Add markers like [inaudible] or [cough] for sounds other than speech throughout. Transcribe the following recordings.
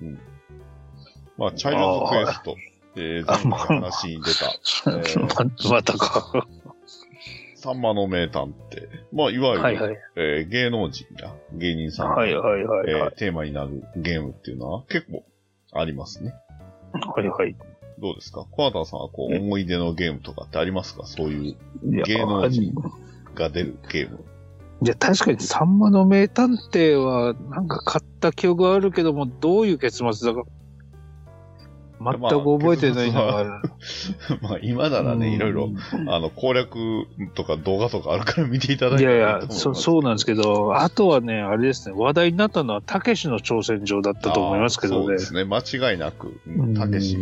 うん。まあ、チャイルドクエスト、えー、前の話に出た、えー、ままたか。サンマの名探偵。まあ、いわゆる、はいはい。えー芸能人や芸人さんが、はいはいはいはえーい。テーマになるゲームっていうのは結構ありますね。はいはい。どうですかコアタさんはこう、え思い出のゲームとかってありますかそういう、いや芸能人が出るゲーム。 [laughs] いや、確かに、さんまの名探偵は、なんか買った記憶はあるけども、どういう結末だか、全く覚えてないのがある。まあ、今ならね、いろいろあの、攻略とか動画とかあるから見ていただいいたやいらやと思、ますそそうなんですけど、あとはね、あれですね、話題になったのは、たけしの挑戦状だったと思いますけどそうねで。すね。間違いなく、ううんんたけし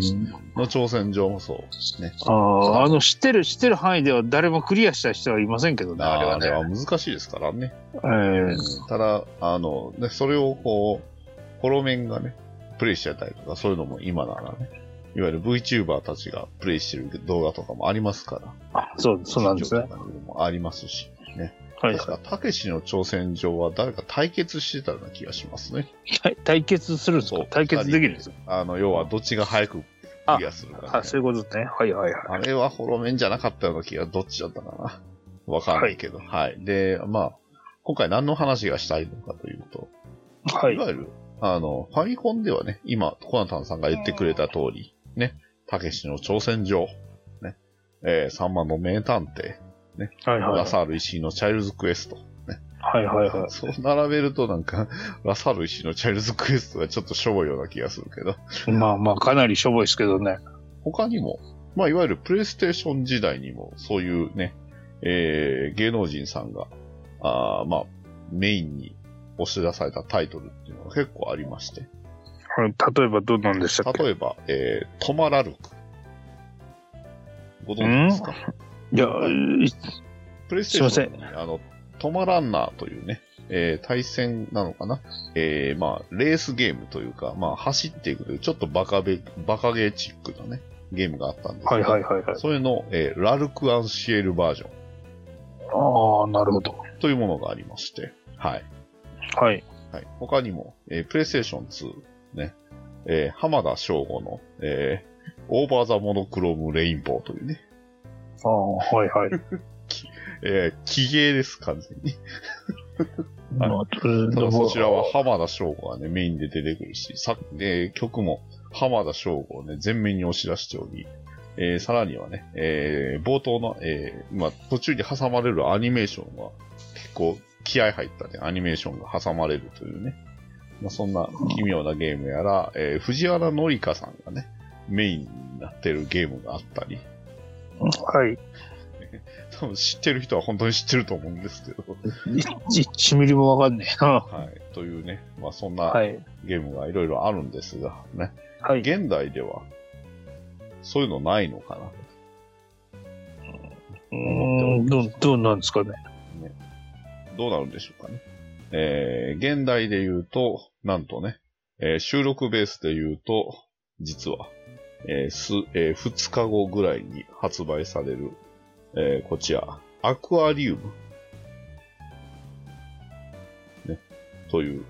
の挑戦状もそうですね。あああの、知ってる知ってる範囲では誰もクリアした人はいませんけどね、あれあはれね。は難しいですからね。ええただ、あの、ね、それをこう、フォロメンがね、プレイしちゃったりとか、そういうのも今ならね、いわゆる VTuber たちがプレイしてる動画とかもありますから。あそう、そうなんですね新。庄とかもありますし。はい確。か、たけしの挑戦状は誰か対決してたような気がしますね。対対決するんですそうか対決できるんですかあの、要はどっちが早くクリアするか、ね。あ、そういうことですね。はいはいはい。あれはホロメンじゃなかったような気がどっちだったかな。わかんないけど、はい。で、まあ、今回何の話がしたいのかというと、、はいわい。ゆる、あの、ファミコンではね、今、コナタンさんが言ってくれた通り、ね、たけしの挑戦状、ね、えー、サンマの名探偵、はいはい。ラサール石井のチャイルズクエスト、はいはいはい。そう並べるとなんか、ラサール石井のチャイルズクエストがちょっとしょぼいような気がするけど、まあまあ、かなりしょぼいですけどね。他にも、まあ、いわゆるプレイステーション時代にも、そういうね、えー、芸能人さんが、あーまあ、メインに押し出されたタイトルっていうのが結構ありまして。はい例えばどうなんでしたっけ例えば、えー、トマラルク。ご存知ですかいや、いプレイステーションにあの、トマランナーというね、えー、対戦なのかなえー、まあ、レースゲームというか、まあ、走っていくという、ちょっとバカべ、バカゲーチックなね、ゲームがあったんですけはいど、はいはいはい。それの、えーラルク・アンシエルバージョンああ、なるほど。というものがありまして、はい。はい。はい、他にも、えー、プレイステーション2、ね、えー浜田省吾の、えーオーバーザ・モノクローム・レインボーというね、ああ、はいはい。 [laughs] えー、奇芸です、完全に。まあとりあえずただそちらは浜田省吾がね、メインで出てくるし、さえー曲も浜田省吾をね、前面に押し出しており、えーさらにはね、えー冒頭の、えーまあ、途中に挟まれるアニメーションは、結構気合入ったね、アニメーションが挟まれるというね、まあ、そんな奇妙なゲームやら、えー藤原紀香さんがね、メインになってるゲームがあったり、はい。多分知ってる人は本当に知ってると思うんですけど、い1ミリもわかんねえ [laughs] な。はい、というね、まあ、そんは。ないゲームがいろいろあるんですが、ね、はい。現代では、そういうのないのかな。うーん、どう、どうなんですかね。どうなるんでしょうかね。えー、現代で言うと、なんとね、えー収録ベースで言うと、実は、えーす、え2日後ぐらいに発売される、えーこちら、アクアリウム。ね、という、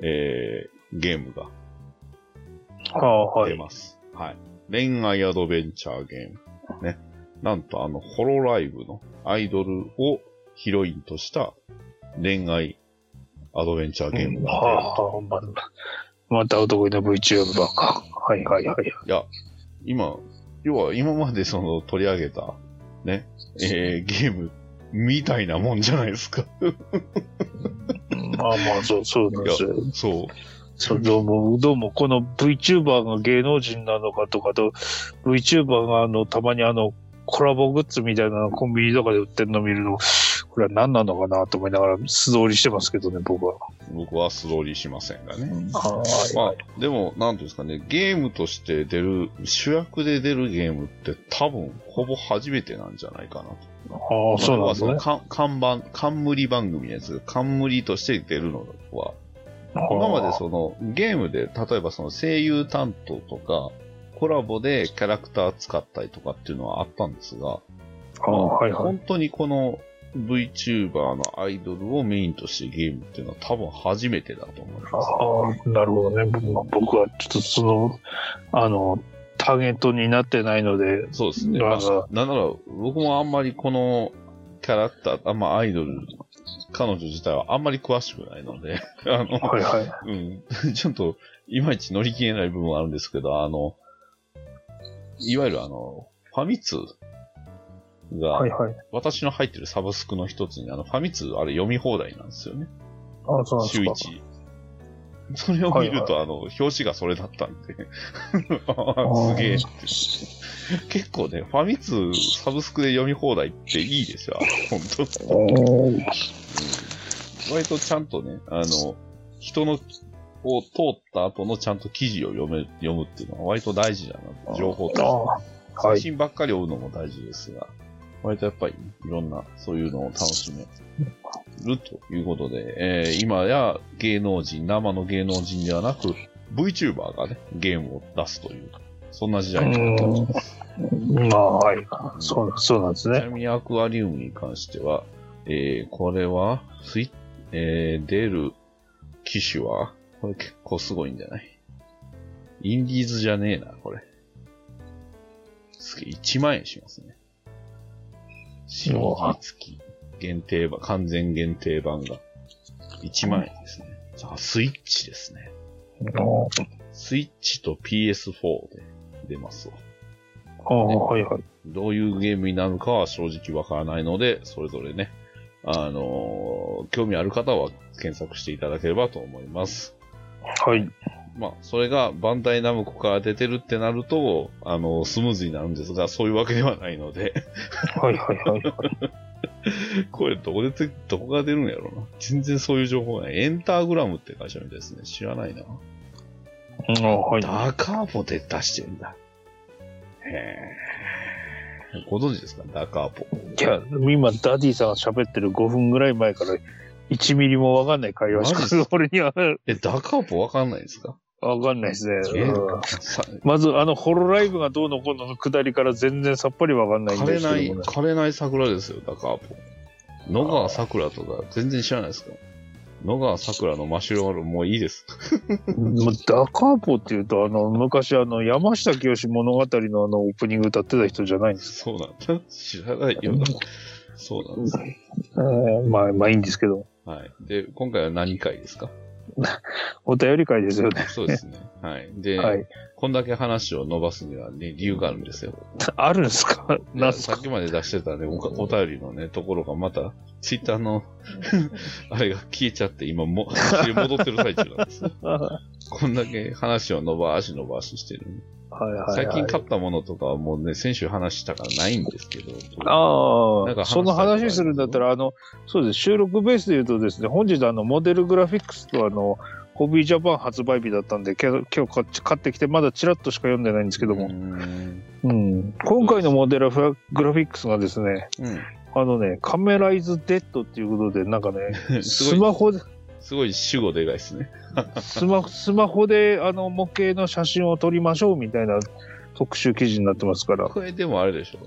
えーゲームがああ、は出い。ます。はい。恋愛アドベンチャーゲーム。ね。なんとあの、ホロライブのアイドルをヒロインとした恋愛アドベンチャーゲームが出るはあ、はあ、ままたお得意の VTuber か。はいはいはい。いや、今、要は今までその取り上げた、ね、えーゲームみたいなもんじゃないですか。まあまあ、そう、そうなんですよ。そう。そう、どうも、どうも、この VTuber が芸能人なのかとかと、VTuber があの、たまにあの、コラボグッズみたいなのコンビニとかで売ってるの見るの、これは何なのかなと思いながら素通りしてますけどね、僕は。僕は素通りしませんがね。はいまあ、でも、なんていうんですかね、ゲームとして出る、主役で出るゲームって多分、ほぼ初めてなんじゃないかなと。ああ、そうなんです要ねは。その看看板、冠番組のやつ、冠として出るのは、今までそのゲームで、例えばその声優担当とか、コラボでキャラクター使ったりとかっていうのはあったんですが、ああ、はいはい。本当にこの VTuber のアイドルをメインとしてゲームっていうのは多分初めてだと思います。ああ、なるほどね。僕まあ僕はちょっとその、あの、ターゲットになってないので、そうですね。なまるほあ、なんなら、僕もあんまりこのキャラクター、あんまアイドル、彼女自体はあんまり詳しくないので、 [laughs] あの、はいはい。うん、 [laughs] ちょっと、いまいち乗り切れない部分はあるんですけど、あの、いわゆるあの、ファミ通はいが、はい。私の入ってるサブスクの一つに、あの、ファミ通あれ読み放題なんですよね。ああ、そうなんです週か。一。それを見ると、あの、表紙がそれだったんで。あああ [laughs] すげえ。結構ね、ファミ通サブスクで読み放題っていいですよ、本当おー割とちゃんとね、あの、人の、を通った後のちゃんと記事を読め、読むっていうのは割と大事だな、情報あとあ、して。は写い。真ばっかり追うのも大事ですが、割とやっぱりいろんなそういうのを楽しめるということで、えー今や芸能人、生の芸能人ではなく、VTuber がね、ゲームを出すという、そんな時代になってます。うん。まあ、はい。そう、そうなんですちねな。みにアクアリウムに関しては、えー、これは、スイえー、出る機種は、これ結構すごいんじゃないインディーズじゃねえな、これ。すげえ、1万円しますね。新規付き、限定版、完全限定版が、1万円ですね。さあ、スイッチですね。スイッチと PS4 で出ますわ。ああ、はいはい。どういうゲームになるかは正直わからないので、それぞれね、あのー興味ある方は検索していただければと思います。はい。まあ、それがバンダイナムコから出てるってなると、あのースムーズになるんですが、そういうわけではないので、 [laughs] はいはいはい。これどこでて、どこが出るんやろうな。全然そういう情報がない。エンターグラムって会社みたいですね。知らないな。ああ、はい。ダーカーポで出してるんだ。へえ。ご存知ですかダーカーポ。いや、今、ダディさんが喋ってる5分ぐらい前から、1ミリもわかんない会話しマかジっす、俺にはえ、ダーカーポわかんないですかわかんないですね。えうんさまず、あの、ホロライブがどうのこうのの下りから全然さっぱりわかんないん枯でれすけなどい、もね。枯れない桜ですよ、だから。野川桜とか全然知らないですか野川桜のマシュマロもういいです。 [laughs] もうダカーポっていうと、あの、昔、あの、山下清物語のあの、オープニング歌ってた人じゃないんです。そうなんだ。知らないような。そうなんです。うんまあ、まあいいんですけど。はい。で、今回は何回ですかお便り会ですよね。そうですね。はい。で、はい。こんだけ話を伸ばすにはね、理由 [laughs] があるんですよ。あるんですか [laughs] なんすさかっきまで出してたね、おお便りのね、ところがまた、ツイッター [laughs] の、あれが消えちゃって、今も、戻ってる最中なんです。はこんだけ話を伸ばし伸ばししてるんでいはいはい。最近買ったものとかはもうね、先週話したからないんですけど。あなんか話したあ、そいことのあります話するんだったら、あの、そうです。収録ベースで言うとですね、本日、あの、モデルグラフィックスと、あの、ホビージャパン発売日だったんで、けど今日買っ買ってきて、まだチラッとしか読んでないんですけどうも、ん。うん今回のモデルグラグラフィックスがですね、うんあのね、カメライズデッドっていうことで、なんかね、 [laughs] すスごい、マホで、すごい主語でかいですね。スマスマホで、あの、模型の写真を撮りましょうみたいな特集記事になってますから、これでもあれでしょ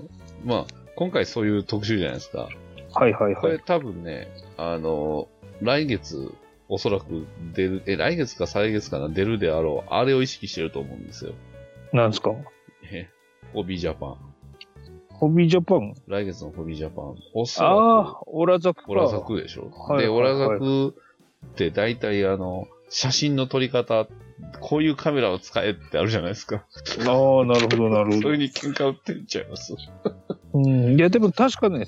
まあ、今回そういう特集じゃないですか。はいはいこはれい。多分ね、あの、来月、おそらく出る、え、来月か再来月かな、出るであろう、あれを意識してると思うんですよ。なんですかえ、ホビージャパン。ホビージャパン来月のホビージャパン。おそらく、ああ、オラザクか。オラザクでしょ。はいで、オはいラザクって大体あの、写真の撮り方、こういうカメラを使えってあるじゃないですか。ああ、なるほど、なるほそどれ。に喧嘩売ってんちゃいます。うん、いや、でも確かね、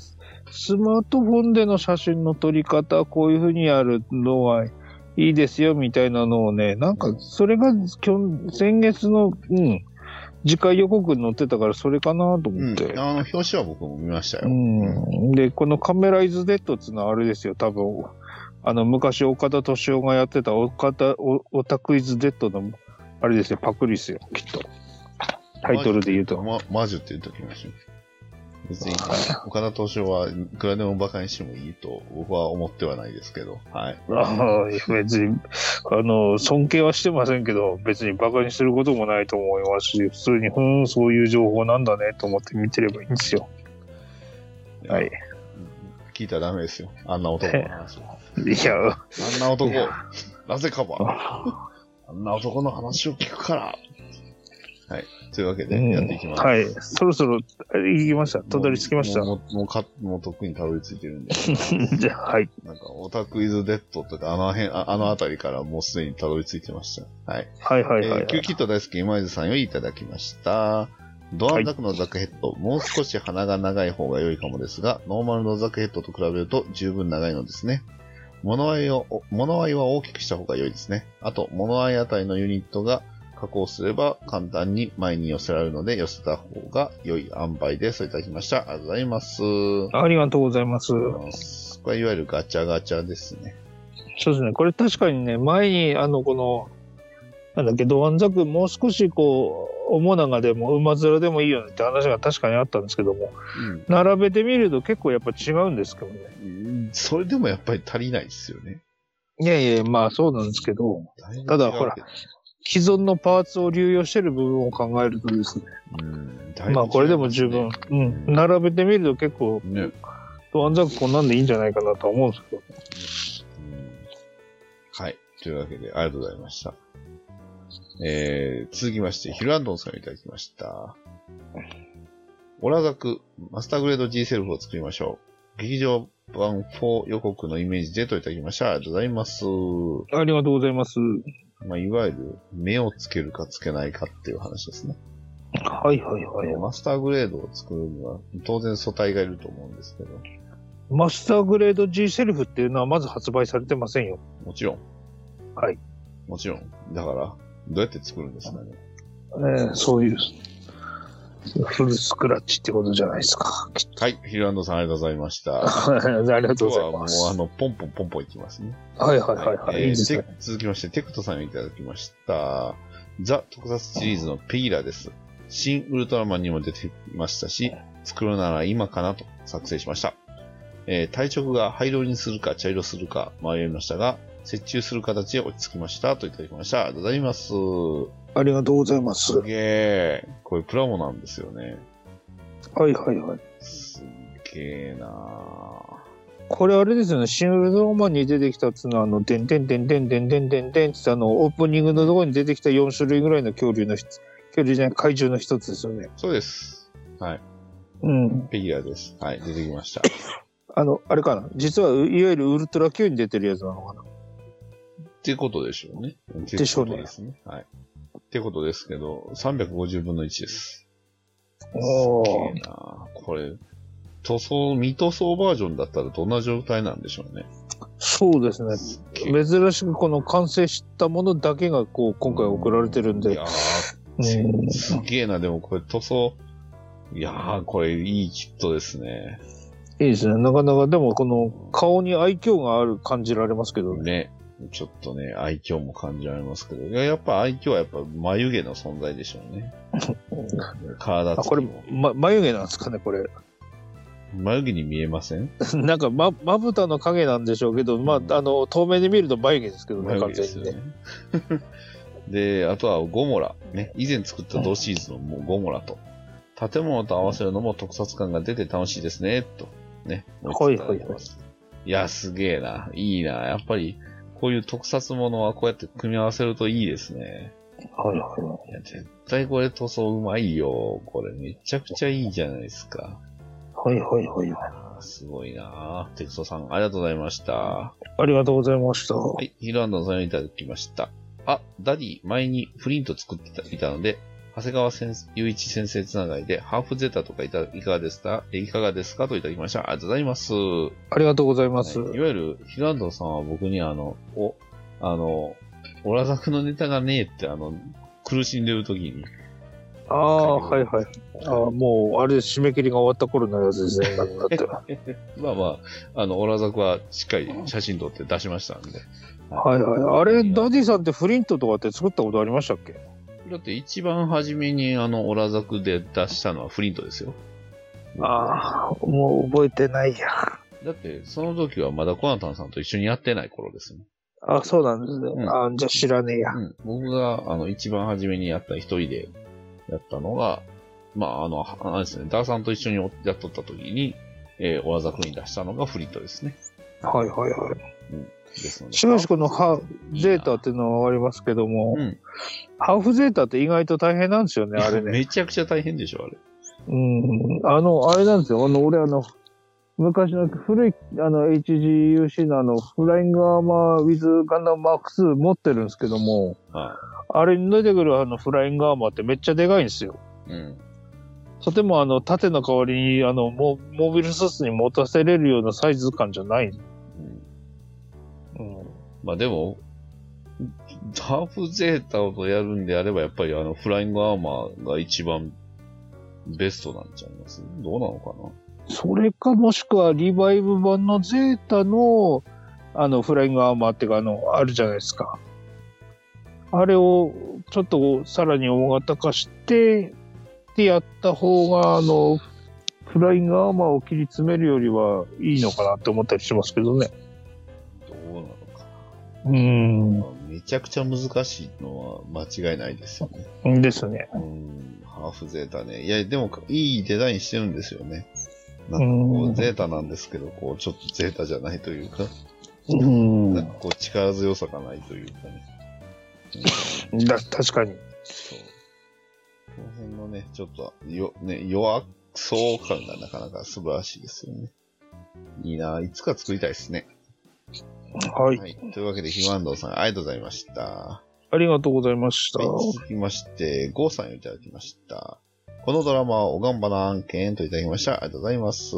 スマートフォンでの写真の撮り方、こういうふうにやるのはいいですよ、みたいなのをね、なんか、それがきょん、先月の、うん、次回予告に載ってたからそれかなと思って。うん、あの、表紙は僕も見ましたよ。うん。で、このカメライズデッドっていうのはあれですよ、多分。あの、昔岡田敏夫がやってた岡田オオタクイズデッドの、あれですよ、パクリですよ、きっと。タイトルで言うと。ま、魔女って言っときましょう。別に、岡田斗司夫はいくらでも馬鹿にしてもいいと僕は思ってはないですけど、はい。ああ、いや別に、あの、尊敬はしてませんけど、別にバカにすることもないと思いますし、普通に、ふーん、そういう情報なんだねと思って見てればいいんですよ。はい。聞いたらダメですよ。あんな男の話 [laughs] は。いや、あんな男いや、なぜかば、あんな男の話を聞くから。はい。というわけで、やっていきます。はい。そろそろ、あれ行きました。たどり着きました。もう、もうもうかもうとっくにたどり着いてるんで。じゃあ、はい。なんか、オタクイズデッドとか、あの辺、ああの辺りからもうすでにたどり着いてました。はい。はいはいはい、えー、キューキット大好き今泉さんよりいただきました。ドアンザクのザクヘッド、もう少し鼻が長い方が良いかもですが、ノーマルのザクヘッドと比べると十分長いのですね。物合いを、お物合いは大きくした方が良いですね。あと、物合いあたりのユニットが加工すれば簡単に前に寄せられるので、寄せた方が良い塩梅です。いただきました。ありがとうございます。ありがとうございます。これいわゆるガチャガチャですね。そうですね。これ確かにね、前に、あの、この、なんだっけ、ドアンザク、もう少しこう、主長でも馬面でもいいよねって話が確かにあったんですけども、並べてみると結構やっぱ違うんですけどね。うん。それでもやっぱり足りないですよね。いやいや、まあそうなんですけど、だいぶ違うけどただほら。既存のパーツを流用してる部分を考えるとですね、うん。だいぶ違いすねまあこれでも十分、。うん、並べてみると結構、ね。うんドアンザクこんなんでいいんじゃないかなとは思うんですけど。はい。というわけで、ありがとうございました。えー、続きまして、ヒルアンドンさんをいただきました。オラザク、マスターグレード G セルフを作りましょう。劇場版4予告のイメージでといただきました。ありがとうございます。ありがとうございます。まあ、いわゆる、目をつけるかつけないかっていう話ですね。はいはいあはいの。マスターグレードを作るには、当然素体がいると思うんですけど、マスターグレード G セルフっていうのはまず発売されてませんよ。もちろん。はい。もちろん。だから、どうやって作るんですかね。えーそういう、フルスクラッチってことじゃ [laughs] ないですか。きっはい、ヒルランドさんありがとうございました。とありがと今うご日ざはいもうまあす。の、ポンポンポンポンいきますね。はいはいはいはい。えーいいですね。で続きまして、テクトさんをいただきました。ザ・特撮シリーズのピーラです。新ウルトラマンにも出ていましたし、作るなら今かなと作成しました。えー体色が灰色にするか茶色するか迷いましたが、折衷する形で落ち着きましたといただきました。ありがとうございます。ありがとうございます。すはげえ。これプラモなんですよね。いはいはい。すっげえなぁ。これあれですよね。シンウルトラマンに出てきたっつうのは、あの、でんでんでんでんでんでんでんでんっつってあの、オープニングのところに出てきた4種類ぐらいの恐竜の一つ、恐竜じゃない、怪獣の一つですよね。そうです。はい。うん。ペギラです。はい。出てきました。あの、あれかな。実は、いわゆるウルトラ Q に出てるやつなのかな。っていうことでしょうね。でしょうねっていことですね。はい。ってことですけど、350分の1です。おすーげえなこれ、塗装、未塗装バージョンだったらどんな状態なんでしょうね。そうですね。すっげえ珍しくこの完成したものだけがこう今回送られてるんいでや、うんーすげえな。でもこれ塗装、いやー、これいいキットですね。いいですね。なかなかでもこの顔に愛嬌がある感じられますけどね。ね。ちょっとね、愛嬌も感じられますけど、いややっぱ愛嬌はやっぱ眉毛の存在でしょう [laughs] ね。体あつきこれも、。ま、眉毛なんですかね、これ。 [laughs] 眉毛に見えませんなんかま、まぶたの影なんでしょうけど、まうんあ、あの、透明で見ると眉毛ですけどね、眉毛完で全すによね。ね。で、あとはゴモラ。ね、以前作った同シーズンのもうゴモラと。建物と合わせるのも特撮感が出て楽しいですね、と。ね。。はいはいはいいや、すげえな。いいな。やっぱり、こういう特撮ものはこうやって組み合わせるといいですね。はいはいや、絶対これ塗装うまいよ。これめちゃくちゃいいじゃないですか。い。はいはいはい。あーすごいな。テクソさん、ありがとうございました。ありがとうございました。は、はいヒルアンドさんをいただきました。あ、ダディ、前にフリント作ってたいたので、長谷川先生雄一先生つながりで、ハーフゼータとかいたいかがですかえいかがですかといただきました。ありがとうございます。ありがとうございます。はいいわゆる、ヒルアンドさんは僕にあの、お、あの、オラザクのネタがねえって、あの、苦しんでる時に、ああ、はいはい。あーもう、あれ、締め切りが終わった頃のやつで [laughs] すね、今になっては。まあまあ、あの、オラザクはしっかり写真撮って出しましたんで。はいはい。あれ、ダディさんってフリントとかって作ったことありましたっけだって一番初めにあの、オラザクで出したのはフリントですよ。ああ、もう覚えてないや。だって、その時はまだコナタンさんと一緒にやってない頃ですね。あそうなんですね。うんあじゃあ知らねえや。うん、僕が、あの、一番初めにやった一人でやったのが、まあ、あの、あれですね、ダーさんと一緒におやっとった時に、えー、オラザクに出したのがフリットですね。はいはいはい。ですので。しかしこのいハいなゼータっていうのはわかりますけども、うんハーフゼータって意外と大変なんですよね、あれね。めちゃくちゃ大変でしょ、あれ。うん。あの、あれなんですよ。あの、俺あの、昔の古い、あの、HGUC のあの、フライングアーマー with ガンダムマーク2持ってるんですけども、はあれに出てくるあの、フライングアーマーってめっちゃでかいんですよ。い。うん。とてもあの、縦の代わりに、あの、モモビルスーツに持たせれるようなサイズ感じゃない。うん、うん。まあでも、ハーフゼータをやるんであれば、やっぱりあの、フライングアーマーが一番ベストなんちゃいますどうなのかなそれかもしくはリバイブ版のゼータのあのフライングアーマーっていうかあのあるじゃないですか。あれをちょっとさらに大型化してってやった方があのフライングアーマーを切り詰めるよりはいいのかなって思ったりしますけどね。どうなのかうーなめちゃくちゃ難しいのは間違いないですよね。ん。ですね。うん、ハーフゼータね。いや、でも、いいデザインしてるんですよね。なうんかこう、ん。ゼータなんですけど、こう、ちょっとゼータじゃないというか、うん。なんだかこう、力強さがないというかね。うん確かに。そう。この辺のね、ちょっと、よ、ね、弱そう感がなかなか素晴らしいですよね。いいないつか作りたいですね。はい。はい。というわけで、ひまんどうさん、ありがとうございました。ありがとうございました。はい、続きまして、ゴーさんをいただきました。このドラマはおがんばな案件といただきました。ありがとうございます。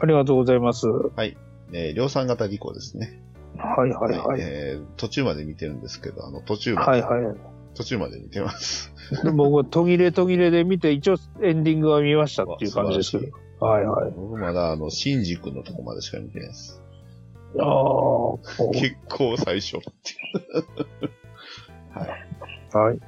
ありがとうございます。はえー量産型リコですね。いはいはい。えー途中まで見てるんですけど、あの、途中まで、はいはい。途中まで見てます。 [laughs] 僕は途切れ途切れで見て、一応エンディングは見ましたっていう素晴感じらでしすけど。はいはい。僕まだ、あの、シンジ君のとこまでしか見てないです。ああ、こ結構最初っていう。はい。うはい。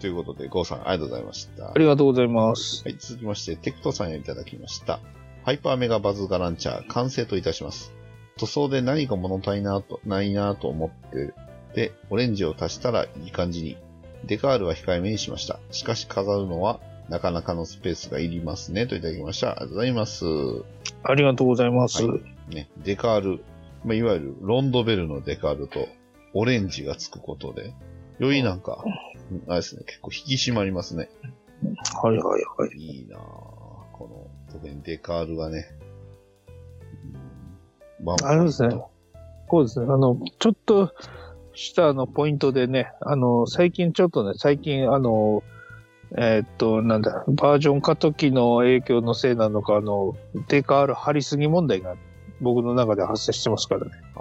ということで、ゴーさん、ありがとうございました。ありがとうございます。はい、続きまして、テクトさんへいただきました。ハイパーメガバズーカランチャー、完成といたします。塗装で何か物足りなと、ないなと思って、で、オレンジを足したらいい感じに。デカールは控えめにしました。しかし飾るのは、なかなかのスペースがいりますね、といただきました。ありがとうございます。ありがとうございます。はね、デカール、まあ、いわゆるロンドベルのデカールと、オレンジがつくことで、よりなんか、あれですね、結構引き締まりますね。はい、はい、はい。いいなぁ。この、特にデカールがね。うんまあれですね。こうですね。あの、ちょっとしたあのポイントでね、あの、最近ちょっとね、最近あの、えーっと、なんだ、バージョン化時の影響のせいなのか、あの、デカール貼りすぎ問題が僕の中で発生してますからねあ。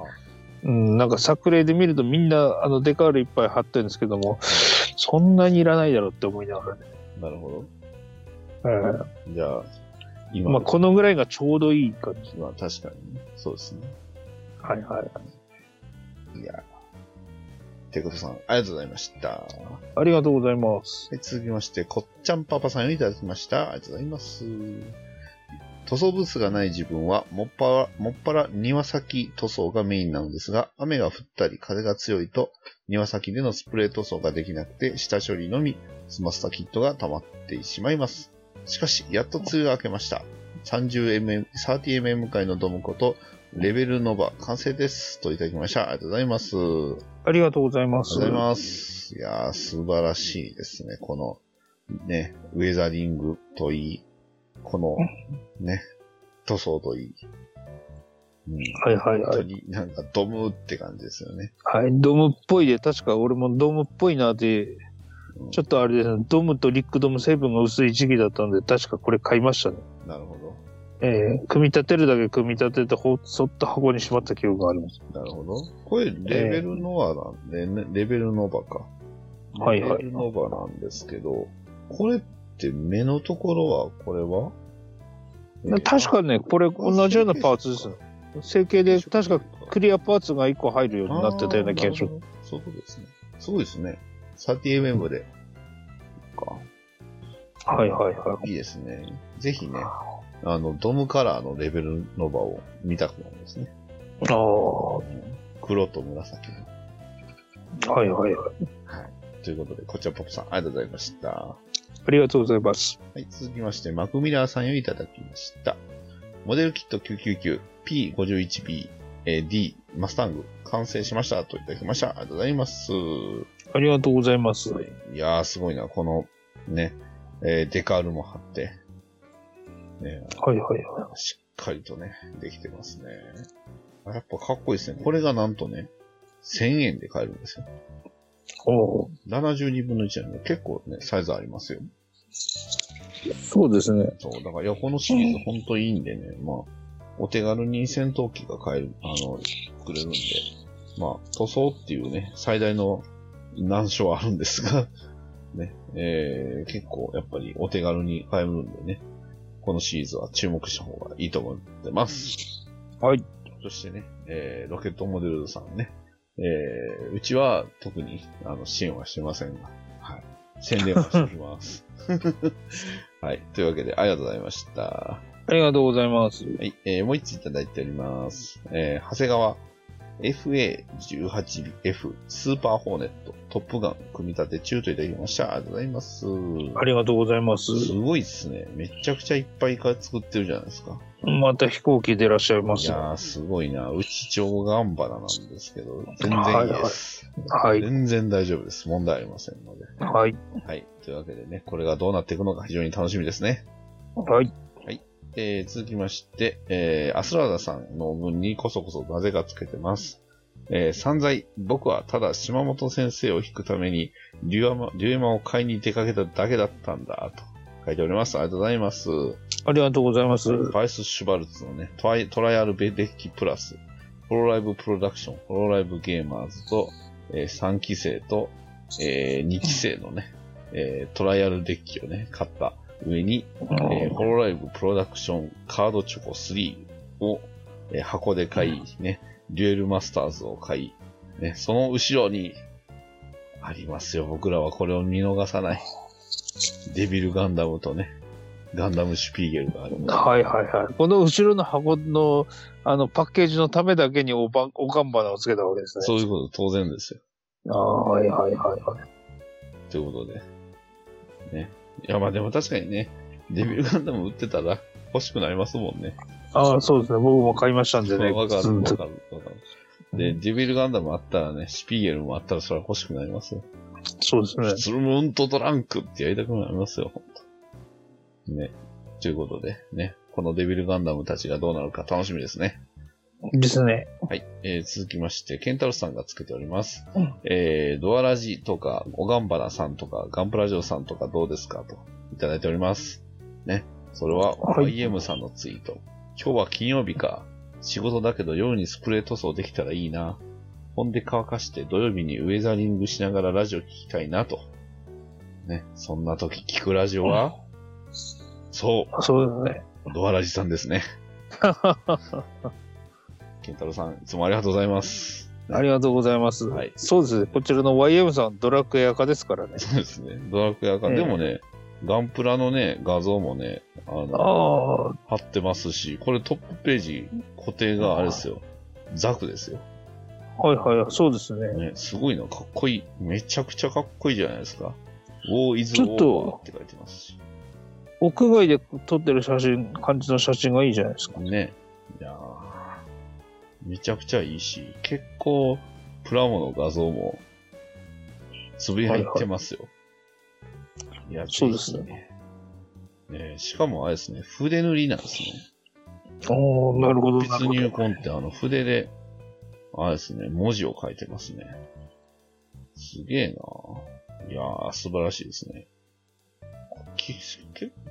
うん、なんか作例で見るとみんなあのデカールいっぱい貼ってるんですけども、そんなにいらないだろうって思いながらね。なるほえーど。じゃあ、今、まあ、このぐらいがちょうどいい感じ。まあ確かにね。そうですね。はいはい。いやぁてことさん、ありがとうございました。はありがとうございます。い、続きまして、こっちゃんパパさんよりいただきました。ありがとうございます。塗装ブースがない自分は、もっぱら、もっぱら庭先塗装がメインなのですが、雨が降ったり風が強いと、庭先でのスプレー塗装ができなくて、下処理のみ、済ませたキットが溜まってしまいます。しかし、やっと梅雨が明けました。30mm、30mm 界のドムこと、レベルノバ完成です。といただきました。ありがとうございます。ありがとありがとうございうます。ございます。いやー、素晴らしいですね。この、ね、ウェザリングといい、この、ね、塗装といい。うん、はいはいは本い当。になんかドムって感じですよね。はい、ドムっぽいで、確か俺もドムっぽいなって、うんちょっとあれですね、ドムとリックドム成分が薄い時期だったんで、確かこれ買いましたね。なるほど。えー組み立てるだけ組み立てて、ほそっと箱にしまった記憶があります。なるほど。これ、レベルノアなんで、ねレベルノバか。はいはいレベルノバなんですけど、これっって目のところは、これは、確かね、これ同じようなパーツですね。成形で、確かクリアパーツが1個入るようになってたような気がする。あー。なほどそういうことですね。そうですね。30mm で。か。はいはいはいいですね。ぜひね、あの、ドムカラーのレベルノバを見たくなるんですね。い。ああ、は黒と紫の。いはいはい。ということで、こちらポップさん、ありがとうございました。はありがとうございます。い、続きまして、マクミラーさんよりいただきました。モデルキット999、P51B、えー D、マスタング、完成しました。といただきました。ありがとうございます。ありがとうございます。いやー、すごいな、この、ね、えーデカールも貼って、ね、はいはいはしっかりとね、できてますね。あやっぱかっこいいですね。これがなんとね、1000円で買えるんですよ。い。おー72分の1なんで結構ね、サイズありますよ。そうですね。そう、だから、いや、このシリーズほんといいんでね、まあ、お手軽に戦闘機が買える、あの、くれるんで、まあ、塗装っていうね、最大の難所はあるんですが、 [laughs] ね、えー、結構やっぱりお手軽に買えるんでね、このシリーズは注目した方がいいと思ってます。はい。そしてね、えー、ロケットモデルさんね、えー、うちは特に、あの、支援はしてませんが、はい。宣伝はしておきます。 [laughs] はい。というわけで、ありがとうございました。ありがとうございます。はい、えーもう一ついただいております。えー長谷川 FA18F スーパーホーネットトップガン組み立て中といただきました。ありがとうございます。ありがとうございます。すごいっすね。めちゃくちゃいっぱいか作ってるじゃないですか。また飛行機出らっしゃいまいす。やー、すごいな。うち長ガンバナなんですけど、全然いいです。はい。全然大丈夫です。問題ありませんので。はい。はい。というわけでね、これがどうなっていくのか非常に楽しみですね。はい。えー続きまして、えーアスラーダさんの文にこそこそなぜかつけてます。えー散財、僕はただ島本先生を引くために、デュアマ、デュエマを買いに出かけただけだったんだ、と書いております。ありがとうございます。ありがとうございます。バイス・シュバルツのね、トライトライアル・ベデッキプラス、プロライブ・プロダクション、プロライブ・ゲーマーズと、え3期生と、え2期生のね、えートライアルデッキをね、買った上に、えーホロライブプロダクションカードチョコ3を、えー箱で買い、ね、デュエルマスターズを買い、ね、その後ろに、ありますよ。僕らはこれを見逃さない。デビルガンダムとね、ガンダムシュピーゲルがある。はいはいはい。この後ろの箱の、あの、パッケージのためだけにおばん、お看板をつけたわけですね。そういうこと当然ですよ。ああ、はいはいはいはい。ということで。ね。いや、まあでも確かにね、デビルガンダム売ってたら欲しくなりますもんね。ああ、そうですね。僕も買いましたんでね。わかうる、んわかる、わかる。で、デビルガンダムあったらね、シュピーゲルもあったらそれは欲しくなりますよ。そうですね。スルムントトランクってやりたくなりますよ、ほんと。ね。ということで、ね。このデビルガンダムたちがどうなるか楽しみですね。ですね。はい。えー続きまして、ケンタロスさんがつけております。うんえードアラジとか、オガンバナさんとか、ガンプラジオさんとかどうですかと、いただいております。ね。それは、はい YM さんのツイート。今日は金曜日か。仕事だけど夜にスプレー塗装できたらいいな。ほんで乾かして土曜日にウェザリングしながらラジオ聞きたいなと。ね。そんな時聞くラジオは、そう、そうですね。ドアラジさんです [laughs] ね。ケンタロウさん、いつもありがとうございます。ありがとうございます。はいそうですね。こちらの YM さん、ドラクエ化ですからね。そうですね。ドラクエアカ、ええでもね、ガンプラのね、画像もね、あの、ああ、貼ってますし、これトップページ固定があれですよ。ザクですよ。はいはい。そうですね。ね、すごいな、かっこいい。めちゃくちゃかっこいいじゃないですか。War is ちょっと over って書いてますし。屋外で撮ってる写真、感じの写真がいいじゃないですか。ね。いやーめちゃくちゃいいし、結構、プラモの画像も、つぶやいてますよ。いや、そうですねぜひね。ねしかもあれですね、筆塗りなんですね。おおなるほど、なる筆ほ入ど。魂ってあの筆で、あれですね、文字を書いてますね。すげえなぁ。いやー素晴らしいですね。きき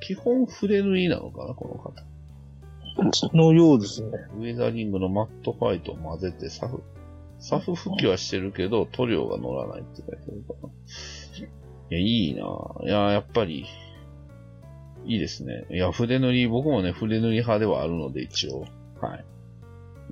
基本筆塗りなのかな、この方。のようですね。ウェザリングのマットファイトを混ぜてサフ。サフ復帰はしてるけど、塗料が乗らないって書いてあるから。いや、いいなぁ。いや、やっぱり、いいですね。いや、筆塗り、僕もね、筆塗り派ではあるので、一応。はい。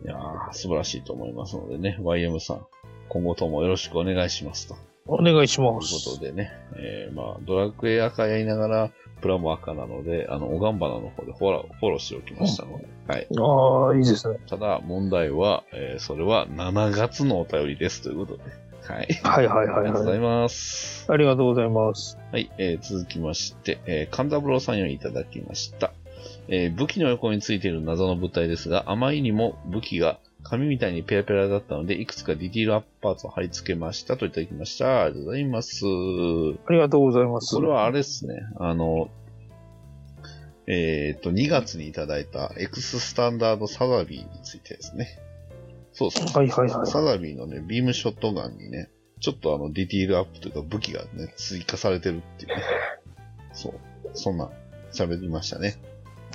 いやー素晴らしいと思いますのでね、YM さん、今後ともよろしくお願いしますと。お願いしまというこすと。でね、えーまあ、ドラクエ赤やりながら、プラモ赤なので、あの、おがんばなの方でフォロー、フォローしておきましたので、はい。ああ、いいですね。ただ、問題は、えーそれは7月のお便りですということで、はい。はいはいあはりいがとうごはざい。います。ありがとうございます。はい、えー続きまして、えー、神田ブロさんよりいただきました。えー武器の横についている謎の物体ですが、あまりにも武器が紙みたいにペラペラだったので、いくつかディティールアップパーツを貼り付けましたといただきました。ありがとうございます。ありがとうございます。これはあれですね、あの、えっ、と、2月にいただいた X スタンダードサザビーについてですね。そうそう。はいはいはいサザビーのね、ビームショットガンにね、ちょっとあの、ディティールアップというか武器がね、追加されてるっていうね。 [laughs] そう。そんな、喋りましたね。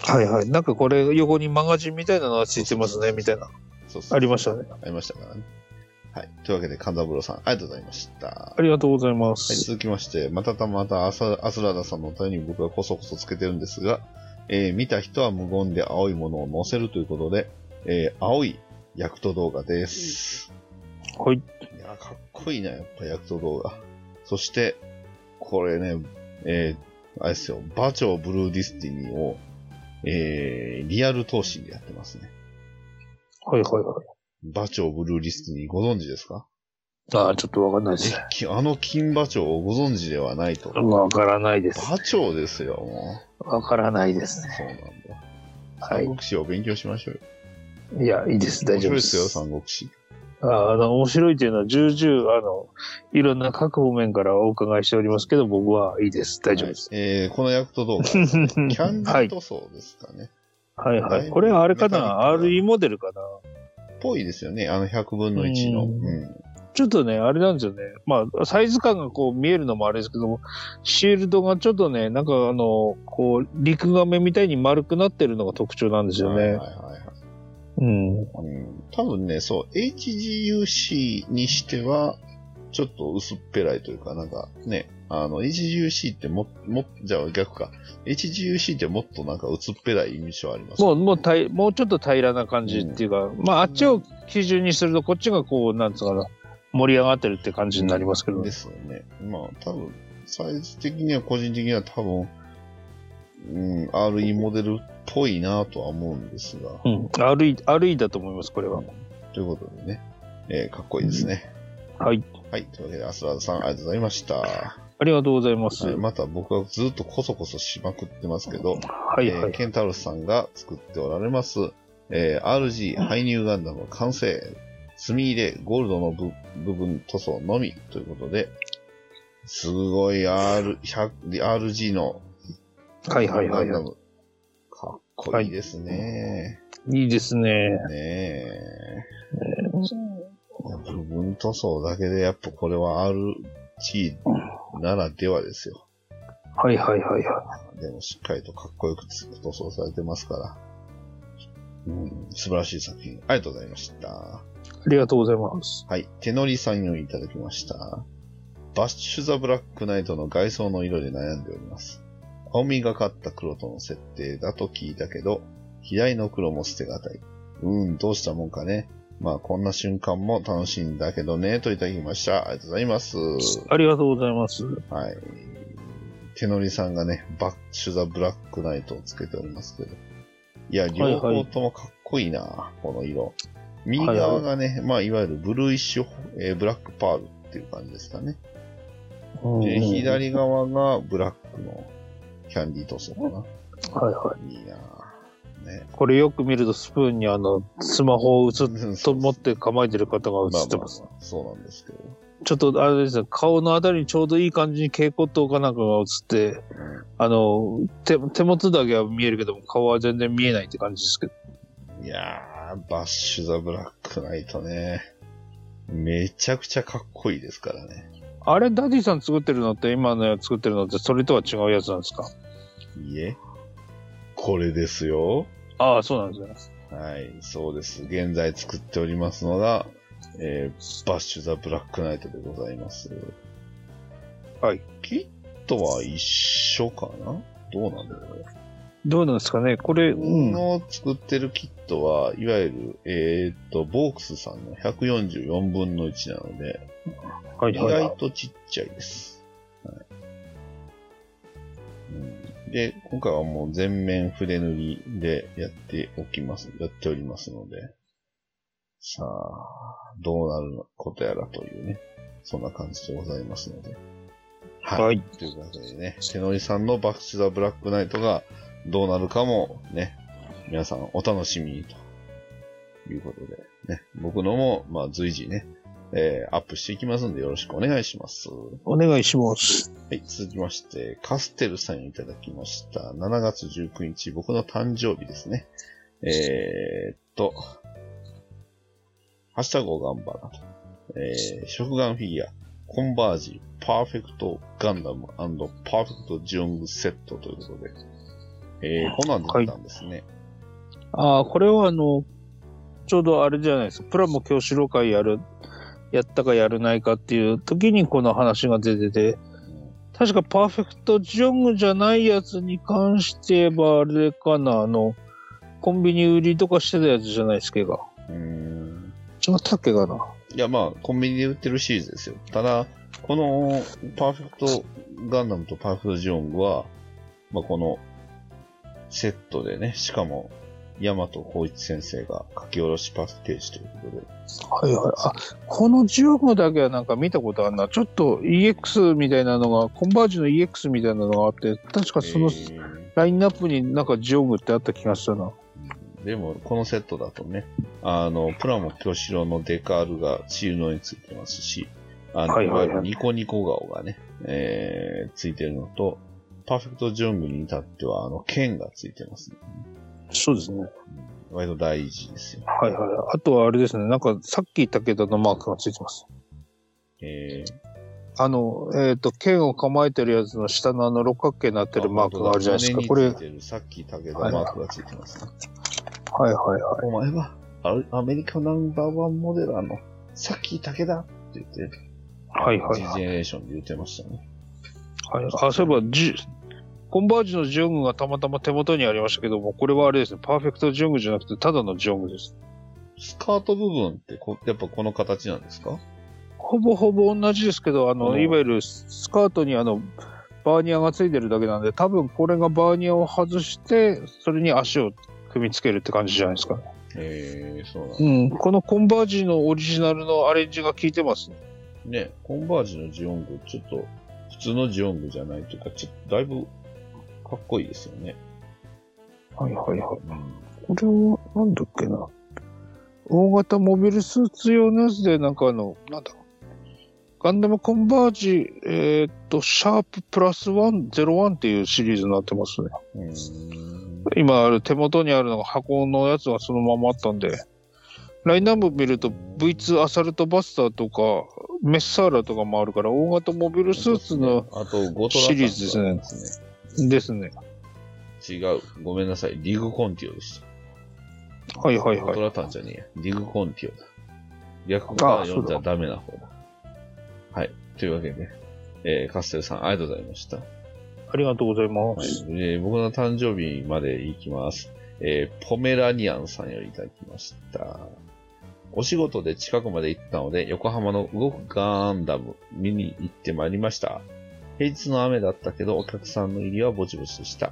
はいはい。なんかこれ、横にマガジンみたいなのがついてますね、みたいな。そうそうありましたね。ありましたからね。はい。というわけで、神田ブロさん、ありがとうございました。ありがとうございまはい、す。続きまして、またたまたアスアスラダさんのお便りに僕がこそこそつけてるんですが、えー見た人は無言で青いものを載せるということで、えー青いヤクト動画です。はい。いやー、かっこいいな、やっぱヤクト動画。そして、これね、えーあれですよ、バチョブルーディスティニーを、えーリアル投資でやってますね。はいはいはい。バチョブルーディスティニーご存知ですかああ、ちょっとわかんないですえね。きあの金馬長をご存知ではないと。わからないです。馬長ですよ、もう。わからないですね。そうなんだ。は三い。国志を勉強しましょうよ。いや、いいです。大丈夫面白いでですよ、す。三国志。ああの、面白いというのは、重々、あの、いろんな各方面からお伺いしておりますけど、僕はいいです。大丈夫です。はいえー、このヤクト [laughs] 動画、キャンディはーい。塗装ですかね。はいは [laughs] はいい。これはあれかメなカニックな ?RE モデルかなぽいですよね、あの100分の1の。ううんん。ちょっとね、あれなんですよね。まあ、サイズ感がこう見えるのもあれですけども、シールドがちょっとね、なんかあの、こう、陸亀みたいに丸くなってるのが特徴なんですよはいはいね。はいはい。うん。うん多分ね、そう、HGUC にしては、ちょっと薄っぺらいというか、なんかね、あの、HGUC っても、も、じゃあ逆か。HGUC ってもっとなんか薄っぺらい印象あります、もう、もうたい、もうちょっと平らな感じっていうか、まあ、あっちを基準にすると、こっちがこう、なんつうかな、盛り上がってるって感じになりますけどね。ですよね。まあ、多分、サイズ的には個人的には多分、うん、RE モデルっぽいなとは思うんですが、うん。歩い、歩いだと思います、これは。ということでね、えーかっこいいですね。はい。はい、というわけで、アスラードさん、ありがとうございました。はありがとうございます。い、また僕はずっとコソコソしまくってますけど、はいえはーい。ケンタロスさんが作っておられます、えー RG ハイニューガンダム完成、墨入れゴールドの部部分塗装のみということで、すごい R、100 RG のはいはいガはいンダはム。かっこいいですね。い。いいですね。ねえ。部分塗装だけでやっぱこれは RG ならではですよ。はいはいはいはでもしっかりとかっこよく塗装されてますから。うん、素晴らしい作品。ありがとうございました。い。ありがとうございます。はい。手乗りさんよりいただきました。バッシュ・ザ・ブラックナイトの外装の色で悩んでおります。青みがかった黒との設定だと聞いたけど、左の黒も捨てがたい。うーん、どうしたもんかね。まあ、こんな瞬間も楽しいんだけどね、といただきました。ありがとうございます。ありがとうございます。はい。手乗りさんがね、バッシュ・ザ・ブラックナイトをつけておりますけど。いや、両方ともかっこいいな、この色。右側がね、まあ、いわゆるブルーイッシュ、えーブラックパールっていう感じですかね。うんで、左側がブラックのキャンディー塗装かな。はいはい。いいなね。これよく見るとスプーンにあの、スマホを映っと持って構えてる方がまあ映ってまあます。そうなんですけど。ちょっとあれですね、顔のあたりにちょうどいい感じに蛍光灯かなんかが映って、あの、手手元だけは見えるけども、顔は全然見えないって感じですけど。いやー、バッシュ・ザ・ブラックナイトね。めちゃくちゃかっこいいですからね。あれ、ダディさん作ってるのって、今のやつ作ってるのって、それとは違うやつなんですかいいえ。これですよ。ああ、そうなんですね。はい、そうです。現在作っておりますのが、えーバッシュ・ザ・ブラックナイトでございます。はい。キットは一緒かなどうなんだろうね。どうなんですかねこれ、うん。の作ってるキットは、いわゆる、えーっと、ボークスさんの144分の1なので、はい意はいはい外とちっちゃいです。はいうん、で、今回はもう全面筆塗りでやっておきます、やっておりますので、さあ、どうなることやらというね、そんな感じでございますので。はい。はいということでね、セノリさんのバックス・ザ・ブラックナイトがどうなるかもね、皆さんお楽しみにということで、ね、僕のも、まあ、随時ね、えーアップしていきますんでよろしくお願いします。お願いします。はい、続きまして、カステルさんいただきました。7月19日、僕の誕生日ですね。えー、っと、ハッシュタグを頑張らと。えー、食玩フィギュア、コンバージ、パーフェクトガンダムパーフェクトジオングセットということで、えー、こんなんだったんですね。ああ、これはあの、ちょうどあれじゃないですか。プラモ教師郎会やる、やったかやるないかっていう時にこの話が出てて、確かパーフェクトジョングじゃないやつに関して言えばあれかな、あの、コンビニ売りとかしてたやつじゃないですけが。うん。うん違ったっけかな。いや、まあ、コンビニで売ってるシリーズですよ。ただ、この、パーフェクトガンダムとパーフェクトジオングは、まあ、この、セットでね、しかも、ヤマト光一先生が書き下ろしパッケージということで、はいはい。あ、この10号だけはなんか見たことあるな。ちょっと EX みたいなのが、コンバージュの EX みたいなのがあって、確かそのえーラインナップになんかジオングってあった気がしたな。でも、このセットだとね、あの、プラモ京志郎のデカールがシールドについてますし、あの、はいいはいはいわゆるニコニコ顔がね、えー、ついてるのと、パーフェクトジョングに至っては、あの、剣がついてますね。そうですね。割と大事ですよ。はいはい。あとはあれですね。なんかさっき言ったけどのマークがついてます。えあの、えっ、と、剣を構えてるやつの下のあの六角形になっー、てるマークがあるじゃないですか。これ、骨にはついいてるさっき武田マークがついてますね。はいはお前は、あアメリカナンバーワンモデラーの、さっき武田って言って、い。はいはい G ジェネレーションで言ってましたね。はい。あ、そういえば、ジコンバージュのジオングがたまたま手元にありましたけども、これはあれですね。パーフェクトジオングじゃなくて、ただのジオングです。スカート部分ってこ、やっぱこの形なんですかほぼほぼ同じですけど、あの、うんいわゆるスカートにあの、バーニアがついてるだけなんで、多分これがバーニアを外して、それに足を組み付けるって感じじゃないですか。えー、そうなんだうん。このコンバージのオリジナルのアレンジが効いてますね。ね、コンバージのジオング、ちょっと、普通のジオングじゃないというか、ちょっとだいぶ、かっこいいですよね。はいはいはい。うんこれは、なんだっけな。大型モビルスーツ用のやつで、なんかあの、なんだガンダムコンバージ、えーっと、シャーププラスワンゼロワンっていうシリーズになってますね。うーん。今ある手元にあるのが箱のやつがそのままあったんで、ラインナップ見ると V2 アサルトバスターとか、メッサーラとかもあるから、大型モビルスーツのあと、ゴトラシリーズですタンねクがありまですね。すね。違う。ごめんなさい。リグコンティオでした。はいはいゴはトい。ラタンじゃねえや。リグコンティオだ。略から読んじゃダメな方だ。はい。というわけで、えーカステルさん、ありがとうございました。ありがとうございます。えー僕の誕生日まで行きます。えーポメラニアンさんよりいただきました。お仕事で近くまで行ったので、横浜の動くガンダム見に行ってまいりました。平日の雨だったけど、お客さんの入りはぼちぼちでした。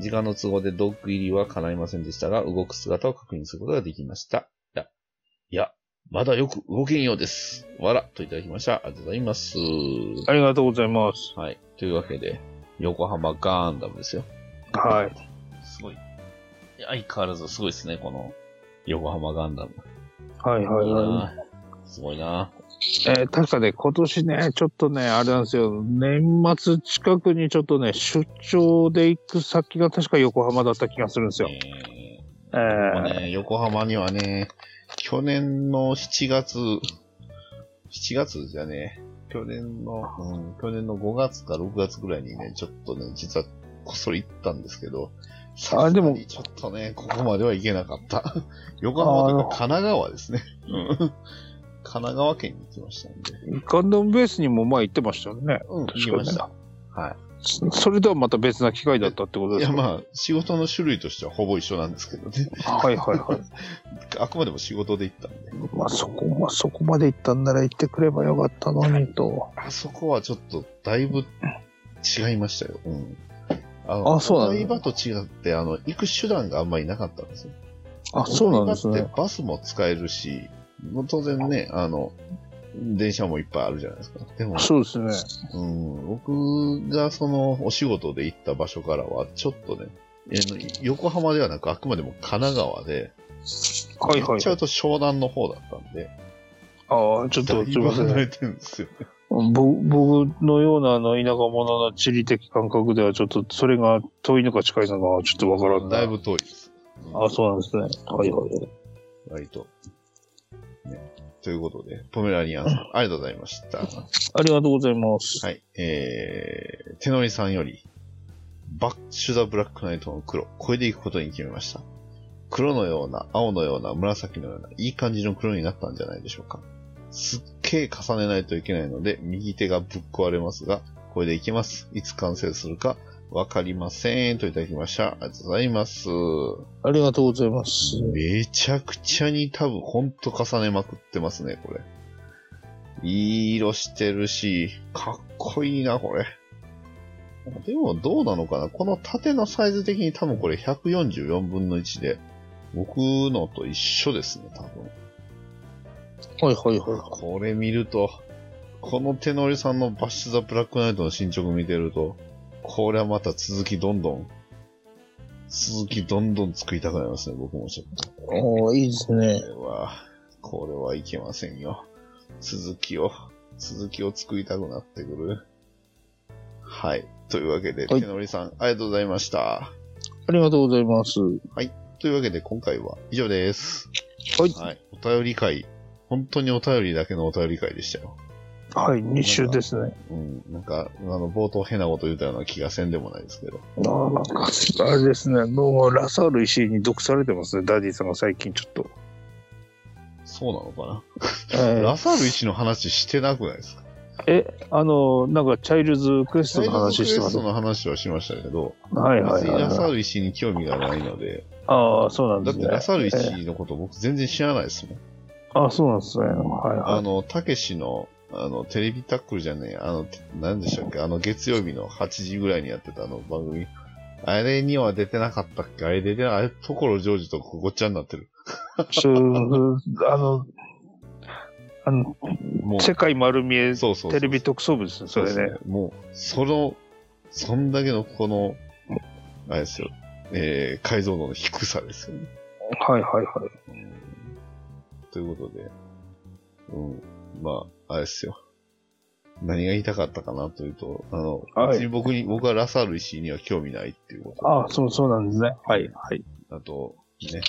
時間の都合でドッグ入りは叶いませんでしたが、動く姿を確認することができました。いや、いや、まだよく動けんようです。わら、といただきました。ありがとうございます。ありがとうございます。はい。というわけで、横浜ガンダムですよ。はい。すごい。相変わらずすごいですね、この、横浜ガンダム。はいはいはい。いいなすごいなえー確かね、今年ね、ちょっとね、あれなんですよ。年末近くにちょっとね、出張で行く先が確か横浜だった気がするんですよ。ええーもうーね、横浜にはね、去年の7月、7月じゃねえ、去年の、うん、去年の5月か6月ぐらいにね、ちょっとね、実はこっそり行ったんですけど、あでさすもがにちょっとね、ここまでは行けなかった。 [laughs] 横浜というか神奈川ですね。うん [laughs] 神奈川県に行きましたんで。ガンダムベースにも前行ってましたよね。うん、確かに行きました。はい。そそれとはまた別な機会だったってこといですや、か、まあ、仕事の種類としてはほぼ一緒なんですけどね。はいはい [laughs] はい。あくまでも仕事で行ったんで。まあそこ、まあそこまで行ったんなら行ってくればよかったのにと。あそこはちょっと、だいぶ違いましたよ。うん。ああそうなんおだ台場と違って、あの、行く手段があんまりなかったんですよ。あ、そうなんですお台場ねっ。てバスも使えるし、もう当然ね、あの、電車もいっぱいあるじゃないですか。 [laughs] でも、そうですね。うん、僕がそのお仕事で行った場所からは、ちょっとね、えー横浜ではなく、あくまでも神奈川で、はい行はっいち。ゃうと湘南の方だったんで、ああ、ちょっだといすいぶませ離ん。れてるんですよ。ぼ僕のようなあの田舎者の地理的感覚ではちょっとそれが遠いのか近いのかはちょっとわからんな。だいぶ遠いです。あ、そうなんですね。はいはい。うん。割と。ね、ということで、ポメラニアンさん、ありがとうございました。 [laughs] はありがとうございます。い。えー、手乗りさんより、バッシュ・ザ・ブラックナイトの黒、これでいくことに決めました。黒のような、青のような、紫のような、いい感じの黒になったんじゃないでしょうか。すっげー重ねないといけないので、右手がぶっ壊れますが、これでいけます。いつ完成するか、わかりません。といただきました。ありがとうございます。ありがとうございます。めちゃくちゃに多分ほんと重ねまくってますね、これ。いい色してるし、かっこいいな、これ。でもどうなのかなこの縦のサイズ的に多分これ144分の1で、僕のと一緒ですね、多分。はいはいはこれ見ると、この手乗りさんのバッシュ・ザ・ブラックナイトの進捗見てると、これはまた続きどんどん、続きどんどん作りたくなりますね、僕もちょっと。い。おーいいですねこ。れは、これはいけませんよ。続きを、続きを作りたくなってくる。はい。というわけで、はい手のりさん、ありがとうございました。ありがとうございます。というわけで、今回は以上です。はい。はい。お便り会。本当にお便りだけのお便り会でしたよ。はい、2週ですね。うん。なんか、あの、冒頭変なこと言ったような気がせんでもないですけど。あーなんか、あれですね。もうラサール石井に毒されてますね。ダディさんが最近ちょっと。そうなのかえな、ーラサール石の話してなくないですかあの、なんかチャイルズクエストの話してチャイルドクエます。はストの話はしましたけど、い別はいにはいラサはーい。ル石に興味がないので、ああ、そうなんだでっすてね。ラサール1のこと僕全然知らないですもん。あそうなんですね。はいあはの、たけしの、あの、テレビタックルじゃねえ、あの、何でしたっけ、あの、月曜日の8時ぐらいにやってたあの番組。あれには出てなかったっけあれ出てない、あれ、ところジョージとごっちゃになってる。い。しゅあの、あの、もう、世界丸見えそうそうそうテレビ特捜部ですね、それうねで。すもう、その、そんだけのこの、あれですよ、えー、解像度の低さですよね。はいはいはい。ということで、うん、まあ、あれですよ。何が言いたかったかなというと、あの、はい別に僕に、僕はラサール石井には興味ないっていうこと。ああ、そう、そうなんですね。はいはい。あと、ね、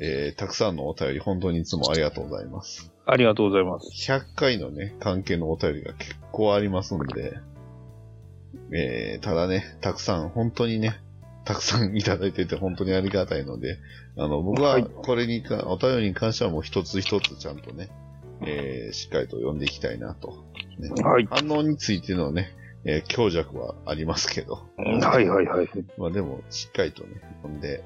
えー、たくさんのお便り、本当にいつもありがとうございます。ありがとうございます。 100回のね、関係のお便りが結構ありますんで、えー、ただね、たくさん、本当にね、たくさん [laughs] いただいてて本当にありがたいので、あの、僕ははいこれにか、お便りに関してはもう一つ一つちゃんとね、えー、しっかりと読んでいきたいなと。ねはい。反応についてのね、えー強弱はありますけど、はいはいはい。まあでも、しっかりとね、読んで、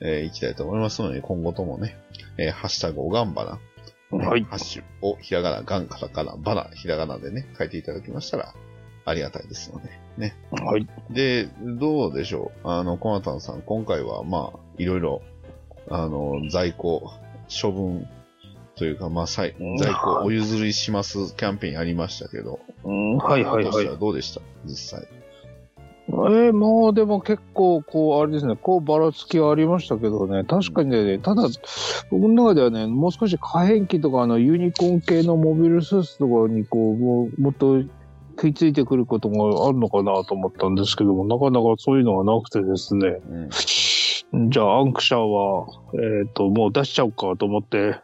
えーいきたいと思いますので、今後ともね、えーハッシュタグおがんばな、はい。ハッシュをひらがな、がんカタカナ、ばな、ひらがなでね、書いていただきましたら、ありがたいですので。はい。で、どうでしょうあの、コナタンさん、今回は、まあ、いろいろ、あの、在庫、処分、というか、まあ、さい在庫お譲りしますキャンペーンありましたけど、うんはいはい今はい年。はどうでした実際。えー、もうでも結構こうあれですねこうばらつきはありましたけどね確かにねただ僕の中ではねもう少し可変機とかあのユニコーン系のモビルスーツとかにこうもうもっと食いついてくることがあるのかなと思ったんですけどもなかなかそういうのがなくてですねうん。じゃあアンクシャーは、えっともう出しちゃおうかと思って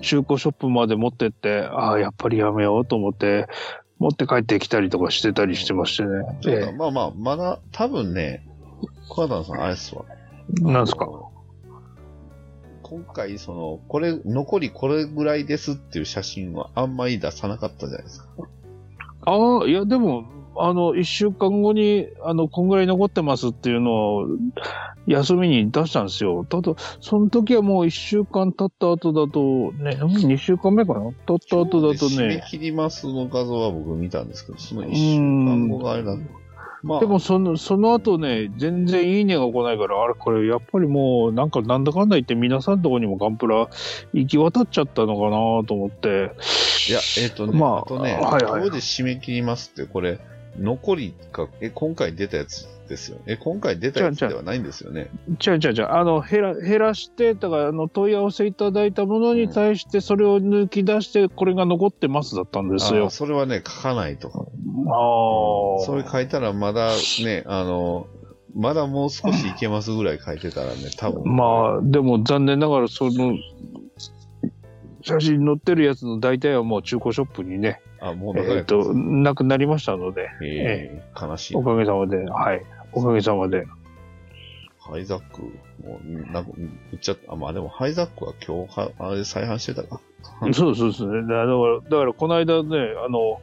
中古ショップまで持ってってああやっぱりやめようと思って持って帰ってきたりとかしてたりしてましてね。ただまあまあ、まだ、多分ね、コナタンさん、あれっすわ。えーなんですか今回、その、これ、残りこれぐらいですっていう写真はあんまり出さなかったじゃないですか。ああ、いや、でも、あの、一週間後に、あの、こんぐらい残ってますっていうのを、休みに出したんですよ。ただ、その時はもう一週間経った後だと、ね、二週間目かな経った後だと締めね。切りますの画像は僕見たんですけど、その1週間後があれなんだ。まあ、でも、その、その後ね、全然いいねが来ないから、あれ、これ、やっぱりもう、なんか、なんだかんだ言って、皆さんのとこにもガンプラ行き渡っちゃったのかなと思って。いや、えっ、とね、ままああ、とね、はいはいはいここで締め切りますって、これ、残りか、え、今回出たやつですよね。え、今回出たやつではないんですよね。違う違う違う。あの、減ら、減らして、だから、あの、問い合わせいただいたものに対して、それを抜き出して、これが残ってますだったんですあよ。それはね、書かないと。ああ。それ書いたらまだね、あの、まだもう少しいけますぐらい書いてたらね、多分。まあ、でも残念ながら、その、写真載ってるやつの大体はもう中古ショップにね、あ、もうえっ、長いことと、なくなりましたので、ええ悲しいお。かげさまで、はい、おかげさまで。ハイザック、もう、なんか、言っちゃった。あ、まあでも、ハイザックは今日は、あれ再販してたか。そうそうそうね。だから、だからだからこの間ね、あの、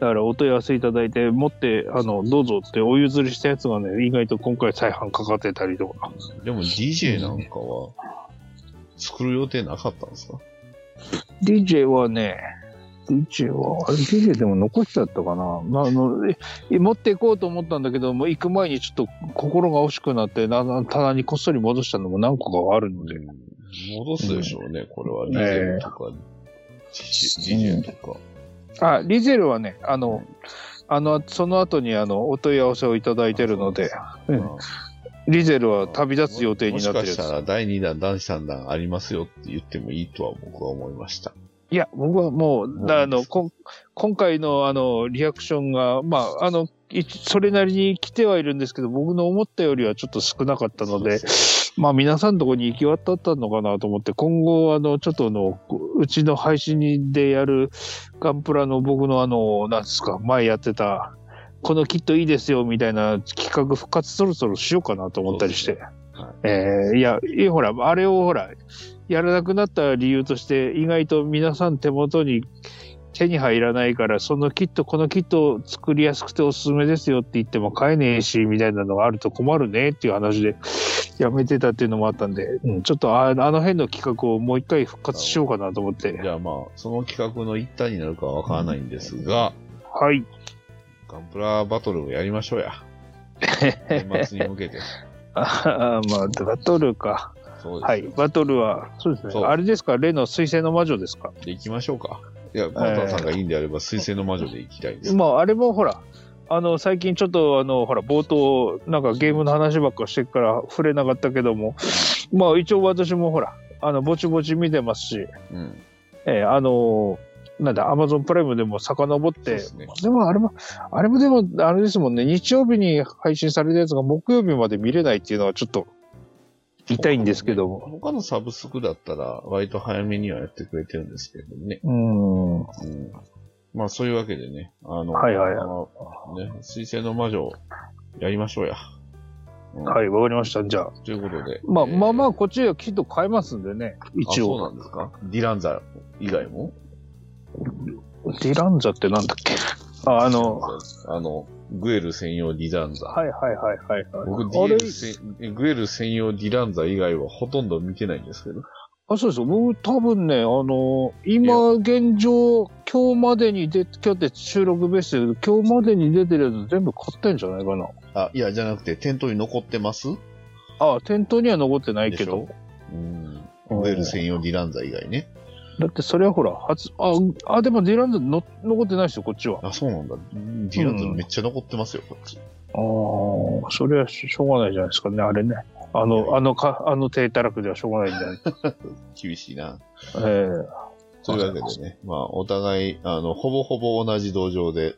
だからお問い合わせいただいて、持って、あの、どうぞってお譲りしたやつがね、意外と今回再販かかってたりとか。でも DJ なんかは、作る予定なかったんですか DJ はね、DJ は、あれ DJ でも残しちゃったかな。まあ、あの、え持っていこうと思ったんだけど、もう行く前にちょっと心が惜しくなって、なな棚にこっそり戻したのも何個かはあるので。戻すでしょうね、これは。え DJ えとか、DJ とか。あ、リゼルはね、あの、あの、その後にあの、お問い合わせをいただいてるので、うんまあリゼルは旅立つ予定になってもるしやかしつた。ら第2弾、第3弾ありますよって言ってもいいとは僕は思いました。いや、僕はもう、うだあの、こん今回のあの、リアクションが、まあ、あの、いそれなりに来てはいるんですけど、僕の思ったよりはちょっと少なかったの [laughs] で、まあ、皆さんのとこに行き渡ったのかなと思って、今後、あの、ちょっとあの、うちの配信でやるガンプラの僕のあの、なんですか、前やってた、このキットいいですよ、みたいな企画復活そろそろしようかなと思ったりして。はいえーいや、いやほら、あれをほら、やらなくなった理由として、意外と皆さん手元に手に入らないから、そのキット、このキットを作りやすくておすすめですよって言っても買えねえし、みたいなのがあると困るねっていう話で、 [laughs] やめてたっていうのもあったんで、うんちょっとああの辺の企画をもう一回復活しようかなと思って。じゃあまあ、その企画の一端になるかはわからないんですが、はい。 [laughs] ガンプラバトルをやりましょうや。年末に向け [laughs] て。あーまあ、バトルか。そうです。はい。バトルは、そうですそうね。あれですか例の水星の魔女ですかで、行きましょうか。いや、パンタンさんがいいんであれば、水星の魔女で行きたいです。まあ、あれもほら、あの、最近ちょっと、あの、ほら、冒頭、なんかゲームの話ばっかしてるから触れなかったけども、まあ、一応私もほら、あの、ぼちぼち見てますし、うん。えーあのーなんだ、アマゾンプライムでも遡っそうでて、すね。でもあれも、あれもでも、あれですもんね、日曜日に配信されたやつが木曜日まで見れないっていうのはちょっと、痛いんですけども。他のサブスクだったら、割と早めにはやってくれてるんですけどね。うーん。うん。まあ、そういうわけでね。あの、はいはいはいあのね、水星の魔女、やりましょうや。うんはい、わかりました。じゃあ。ということで。まあ、まあまあ、あ、こっちはきっと買えますんでね、一そう応。なんですかディランザ以外もディランザってなんだっけあ、あの、、あの、グエル専用ディランザ。はいはいはいはい、はい。僕、あれ DL せグエル専用ディランザ以外はほとんど見てないんですけど。あ、そうです。僕多分ね、あの、今現状、今日までに出、今日って収録ベースで、今日までに出てるやつ全部買ってんじゃないかな。あ、いや、じゃなくて、店頭に残ってますあ、店頭には残ってないけどでし。ょうん。グエル専用ディランザ以外ね。だってそれはほら、初、あ、あ、でもディランズの残ってないですよ、こっちは。あ、そうなんだ。ディランザめっちゃ残ってますよ、こっち。ああ、それはしょうがないじゃないですかね、あれね。あの、あのか、あの低たらくではしょうがないんじゃない厳しいな。ええというわけでね、まあ、お互い、あの、ほぼほぼ同じ道場で、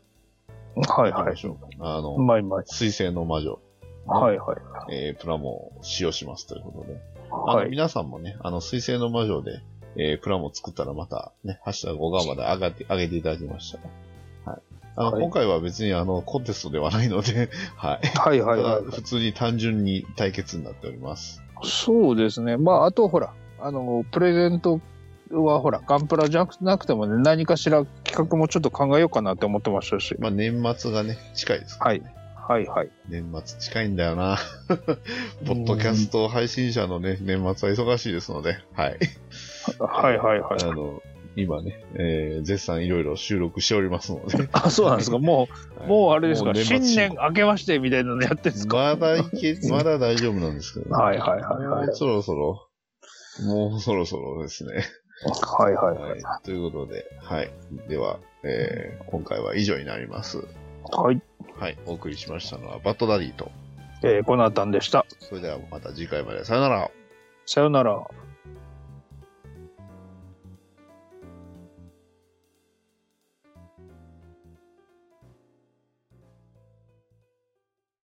は行いきはまい。しょうか。あうの、まいまい。水星の魔女、はいはい。えープラモを使用しますということで。あのはい。皆さんもね、あの、水星の魔女で、えープラモ作ったらまた、ね、ハッシュタグ5まで上がって、上げていただきましたら。はい。あの、はい今回は別にあの、コンテストではないので、 [laughs] はい。はいはいはいた。だ普通に単純に対決になっております。そうですね。まあ、あとほら、あの、プレゼントはほら、ガンプラじゃなくてもね、何かしら企画もちょっと考えようかなって思ってましたし。まあ年末がね、近いですから、はい。はいはい。年末近いんだよ [laughs] な。ポッドキャスト配信者のね、年末は忙しいですので、はい。はいはいはいあ。の、今ね、えー絶賛いろいろ収録しておりますので。あ、 [laughs] そうなんですか。もう、もうあれですもか。う年末新年明けましてみたいなのやってんですか。まだいけ、まだ大丈夫なんですけど、はいはいはいはいもうそろそろ、もうそろそろですね。はいはいは。はいい。ということで、はい。では、えー今回は以上になります。はい。はい。お送りしましたのは、バッドダディと。えー、コナタンでした。それではまた次回まで。さよなら。さよなら。